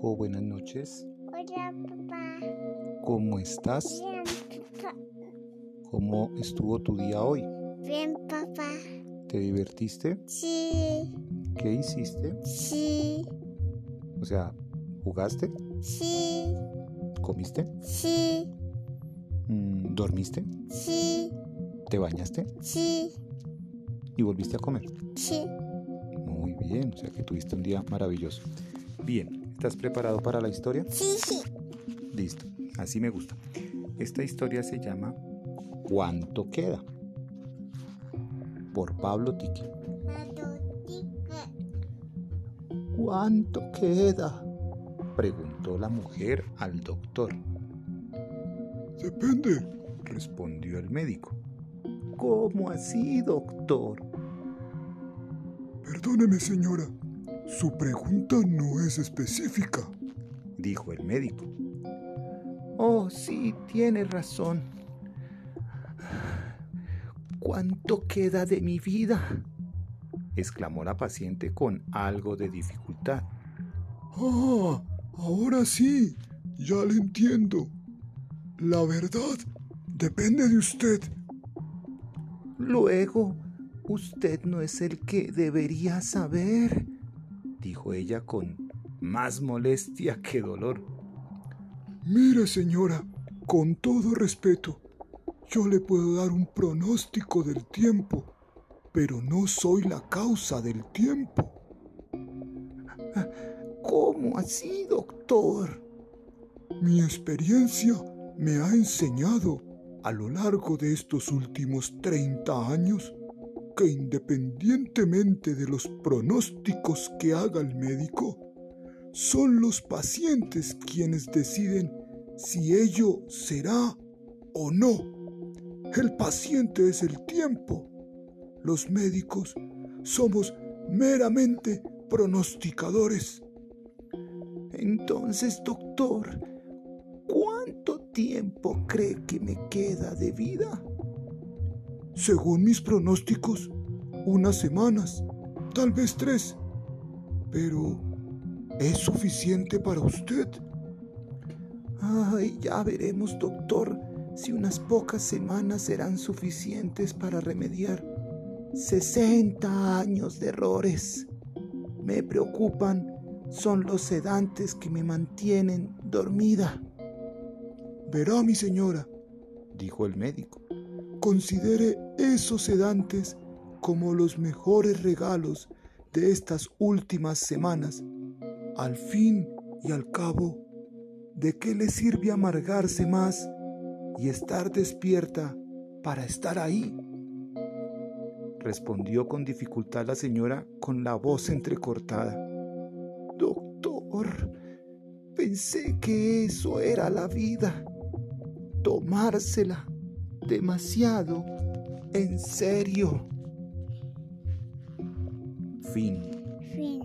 o buenas noches. Hola, papá. ¿Cómo estás? Bien, papá. ¿Cómo estuvo tu día hoy? Bien, papá. ¿Te divertiste? Sí, ¿Qué hiciste? sí, O sea, ¿jugaste? sí, ¿Comiste? sí, Mm, ¿Dormiste? sí, ¿Te bañaste? sí, ¿Y volviste a comer? sí. Muy bien, o sea que tuviste un día maravilloso. Bien, ¿estás preparado para la historia? Sí, sí. Listo, así me gusta. Esta historia se llama ¿Cuánto queda? Por Pablo Tiki. ¿Cuánto queda? preguntó la mujer al doctor. Depende, respondió el médico. ¿Cómo así, doctor? Perdóneme, señora. Su pregunta no es específica. dijo el médico. Oh, sí, tiene razón. ¿Cuánto queda de mi vida? exclamó la paciente con algo de dificultad. Ah, ahora sí. Ya le entiendo. La verdad depende de usted. Luego, usted no es el que debería saber, dijo ella con más molestia que dolor. Mire, señora, con todo respeto, yo le puedo dar un pronóstico del tiempo, pero no soy la causa del tiempo. ¿Cómo así, doctor? Mi experiencia me ha enseñado a lo largo de estos últimos 30 años que independientemente de los pronósticos que haga el médico, son los pacientes quienes deciden si ello será o no. El paciente es el tiempo. Los médicos somos meramente pronosticadores. Entonces, doctor, ¿cuánto tiempo cree que me queda de vida? Según mis pronósticos, unas semanas, tal vez tres. Pero, ¿es suficiente para usted? Ay, ya veremos, doctor, si unas pocas semanas serán suficientes para remediar 60 años de errores. Me preocupan son los sedantes que me mantienen dormida, Verá, mi señora, dijo el médico. considere esos sedantes como los mejores regalos de estas últimas semanas. Al fin y al cabo, ¿de qué le sirve amargarse más y estar despierta para estar ahí? respondió con dificultad la señora con la voz entrecortada. Doctor, pensé que eso era la vida, tomársela demasiado en serio. Fin. Fin.